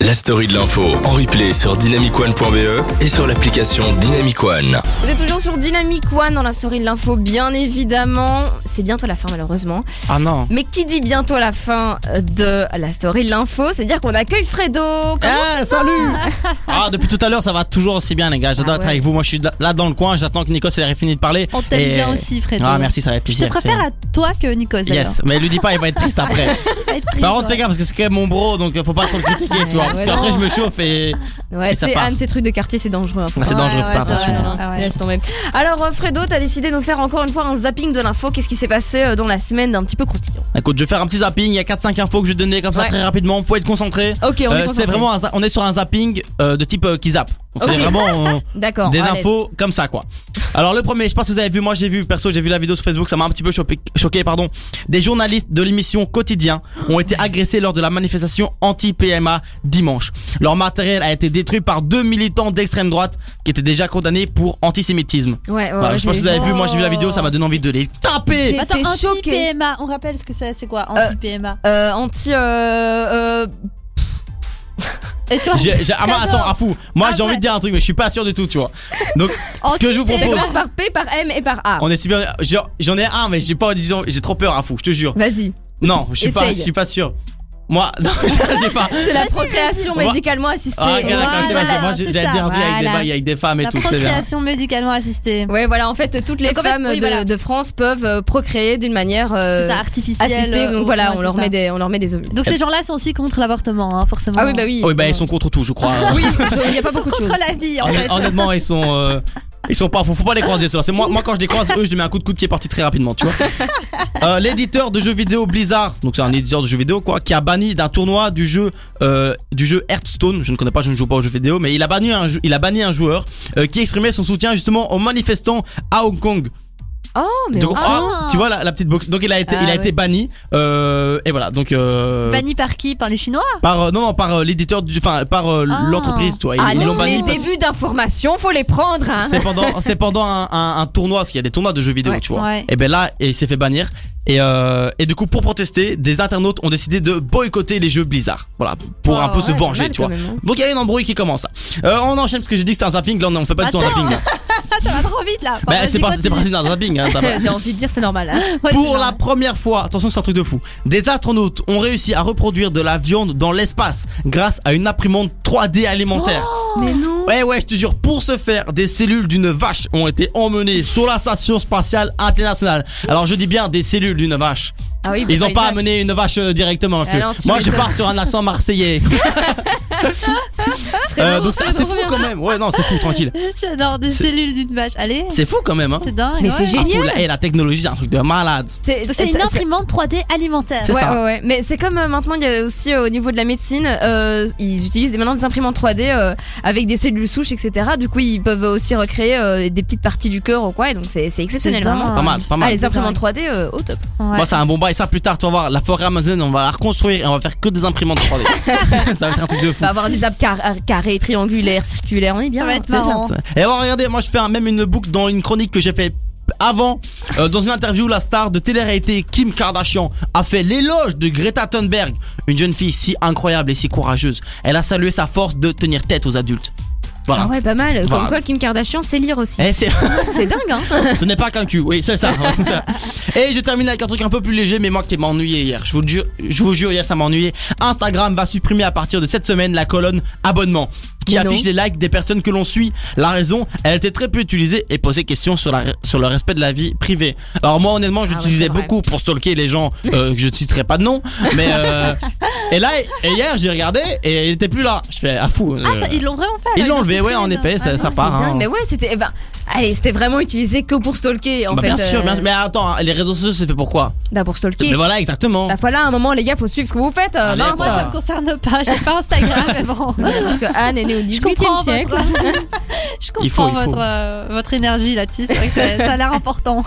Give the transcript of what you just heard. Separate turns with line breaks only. la story de l'info en replay sur dynamicone.be E et sur l'application Dynamic One.
Vous êtes toujours sur Dynamic One dans la story de l'info, bien évidemment. C'est bientôt la fin, malheureusement.
Ah non.
Mais qui dit bientôt la fin euh, de la story de l'info, c'est dire qu'on accueille Fredo.
Eh,
Comment-
salut Ah, depuis tout à l'heure, ça va toujours aussi bien, les gars. J'adore
Ah
être
ouais.
avec vous. Moi, je suis là dans le coin. J'attends que Nikos elle ait fini de parler.
On t'aime
Et-
bien aussi, Fredo.
Ah, merci, ça va être
Je te
plaisir.
préfère à toi que Nikos.
c'est- Yes, mais lui dis pas, il va être triste après. Par contre,
hein.
les gars, parce que c'est quand même mon bro, donc euh, faut pas trop le critiquer, tu vois.
Ouais,
Parce
ouais,
qu'après,
non.
je me chauffe et.
Ouais,
Et ça
c'est
part.
Anne, ces trucs de quartier, c'est dangereux. hein, faut
Ah, c'est
pas-
dangereux, faut faire attention.
Ah ouais.
Ouais, laisse tomber. Alors, euh, Fredo, t'as décidé de nous faire encore une fois un zapping de l'info. Qu'est-ce qui s'est passé euh, dans la semaine d'un petit peu croustillant
Bah, Écoute, je vais faire un petit zapping. Il y a 4-5 infos que je vais te donner comme ça
Ouais.
très rapidement. Faut être concentré.
Ok, on
Euh,
est
c'est
concentré.
vraiment un za- on est sur un zapping euh, de type euh, qui zappe. Donc,
Ok.
C'est vraiment euh,
D'accord.
des
à l'aise.
infos comme ça quoi. Alors le premier, je pense que vous avez vu, moi j'ai vu perso, j'ai vu la vidéo sur Facebook, ça m'a un petit peu choqué, choqué pardon. Des journalistes de l'émission Quotidien ont été agressés lors de la manifestation anti-PMA dimanche. Leur matériel a été détruit par deux militants d'extrême droite qui étaient déjà condamnés pour antisémitisme.
Ouais, ouais,
Bah,
ouais,
je pense que
j'ai
vous avez vu, moi j'ai vu la
Oh.
vidéo, ça m'a donné envie de les taper.
J'ai
Attends,
été choquée.
anti-PMA, on rappelle ce que c'est, c'est quoi Anti-PMA.
Euh, anti. euh, euh,
Et toi
J'ai- j'ai- ah, moi,
J'adore.
attends, à fou. Moi,
Ah
j'ai envie
ouais.
de dire un truc, mais je suis pas sûr du tout, tu vois. Donc, ce que je vous
ça
propose,
commence par P, par M et par A.
on est super. j'en- J'en ai un, mais j'ai pas, disons, j'ai trop peur, à fou. Je te jure.
Vas-y.
Non, je suis pas,
Essaye.
je suis pas sûr. Moi, non, j'ai pas.
C'est la procréation
vas-y.
médicalement assistée.
Ah, ok, d'accord,
Voilà,
je sais pas, c'est- moi, j'ai-
c'est
j'allais
ça,
dire un truc avec des
voilà.
bails, avec des femmes et
La
tout, c'est bien.
procréation médicalement assistée.
Ouais, voilà, en fait, toutes les
Donc, en fait,
femmes de,
oui, voilà.
de France peuvent euh, procréer d'une manière euh,
c'est ça, artificielle.
assistée.
euh,
Donc voilà,
ouais,
on,
c'est
leur
ça.
met des, on leur met des ovules.
Donc ces gens-là sont aussi contre l'avortement, hein, forcément.
ah oui, bah oui.
Oui, bah, ils sont contre tout, je crois.
Oui, je- il n'y a pas
Ils sont
beaucoup de choses.
contre la vie, en
Honnêt-
fait.
Honnêtement, ils sont. euh, Ils sont pas fous, faut pas les croiser ceux-là. C'est moi, moi quand je les croise, eux je les mets un coup de coude qui est parti très rapidement, tu vois. Euh, L'éditeur de jeux vidéo Blizzard, donc c'est un éditeur de jeux vidéo quoi, qui a banni d'un tournoi du jeu euh, du jeu Hearthstone. Je ne connais pas, je ne joue pas aux jeux vidéo, mais il a banni un, jou- il a banni un joueur euh, qui exprimait son soutien justement aux manifestants à Hong Kong.
Oh, mais
Donc,
enfin.
ah, tu vois la, la petite box. Donc il a été,
Ah,
il a
ouais.
été banni. euh, et voilà, donc euh,
Banni par qui Par les Chinois hein,
par euh, non non par euh, l'éditeur du, enfin par euh,
Ah.
l'entreprise, tu vois. Ils-
Ah
ils
non,
l'ont banni
les
parce-
débuts d'information, faut les prendre. Hein.
C'est pendant, c'est pendant un, un- un tournoi, parce qu'il y a des tournois de jeux vidéo,
Ouais,
tu vois.
ouais.
Et ben là, il s'est fait bannir. Et, euh, et du coup, pour protester, des internautes ont décidé de boycotter les jeux Blizzard. Voilà, pour
Ah
un peu
Oh,
se venger, tu vois.
hein.
Donc il y a une embrouille qui commence. là. Euh, on enchaîne parce que j'ai dit que c'est un zapping. Là, on on fait pas du tout un
Attends.
zapping. là.
Ah, ça va trop vite là. Enfin,
Bah, c'est
vas-y,
pas,
continue.
c'est pas c'est un zapping. hein, ça va.
J'ai envie de dire, c'est normal. hein.
Ouais,
Pour
c'est
la
normal.
première fois, attention c'est un truc de fou, des astronautes ont réussi à reproduire de la viande dans l'espace grâce à une imprimante 3D alimentaire.
Oh
Mais non.
ouais ouais, je te jure, pour ce faire, des cellules d'une vache ont été emmenées sur la station spatiale internationale. Alors je dis bien des cellules d'une vache.
Ah oui,
Ils ont pas
amené
amené une vache euh, directement, monsieur.
Alors, tu
Moi je
m'étonnes.
pars sur un accent marseillais. Euh, donc ça, c'est fou quand même. Ouais non, c'est fou, tranquille.
J'adore des
C'est-
cellules d'une vache. Allez.
C'est fou quand même. Hein.
C'est dingue.
Mais
ouais.
c'est génial.
Fou, la, eh, la technologie, c'est un truc de malade.
C'est
C'est une imprimante 3D alimentaire.
C'est
ouais,
ça.
ouais, ouais. Mais c'est comme euh, maintenant, il y a aussi euh, au niveau de la médecine, euh, ils utilisent des- maintenant des imprimantes 3D euh, avec des cellules souches, etc. Du coup, ils peuvent aussi recréer euh, des petites parties du cœur ou quoi. Et donc, c'est c'est exceptionnel,
dingue.
vraiment.
Pas mal, c'est pas
Ah,
mal.
les imprimantes 3D euh, au top.
Ouais.
Moi, c'est un bon bail. Ça, plus tard, tu vas voir, la forêt amazonienne, on va la reconstruire et on va faire que des imprimantes 3D. ça va être un truc de
Faut
fou.
avoir des apps car- euh, carrées, triangulaires, circulaires. On est bien.
Ça va
hein.
être marrant.
Et alors, regardez, moi, je fais un- même une boucle dans une chronique que j'ai fait avant. Euh, dans une interview, la star de télé-réalité Kim Kardashian a fait l'éloge de Greta Thunberg, une jeune fille si incroyable et si courageuse. Elle a salué sa force de tenir tête aux adultes. Voilà.
Ah ouais, pas mal. Comme
Voilà.
quoi, Kim Kardashian sait lire aussi.
Eh, Ah. c'est-
C'est dingue, hein.
Ce n'est pas qu'un cul, oui, c'est ça. Et je termine avec un truc un peu plus léger, mais moi qui m'a ennuyé hier. Je vous le jure, je vous jure, hier ça m'a ennuyé. Instagram va supprimer à partir de cette semaine la colonne abonnement qui
Mais non.
affiche les likes des personnes que l'on suit. La raison, elle était très peu utilisée et posait question sur, la, sur le respect de la vie privée. Alors moi honnêtement, je
Ah ouais,
l'utilisais
c'est vrai.
beaucoup pour stalker les gens euh, que je ne citerai pas de nom, mais euh, et là et hier j'ai regardé et il était plus là. Je fais à fou.
Ah,
euh,
ça, ils l'ont réenfait.
ils
alors,
l'ont
ont
enlevé, ouais, en
supprimé, non.
effet, ça,
Ah,
ça
non,
C'est
part. hein.
dingue. Mais ouais, c'était. eh ben, allez, c'était vraiment utilisé que pour stalker, en
Bah,
fait.
bien sûr,
euh,
bien sûr. Mais attends, hein, les réseaux sociaux, c'est fait pour quoi
Bah, pour stalker.
Mais voilà, exactement.
Bah, voilà, à un moment, les gars, faut suivre ce que vous faites. euh,
Allez,
mince.
Moi, ça me concerne pas. J'ai pas Instagram, mais bon.
Parce que Anne est née au
Je
18e
comprends
siècle.
votre, je comprends
Il faut, il faut.
votre, euh, votre énergie là-dessus. C'est vrai que ça, ça a l'air important.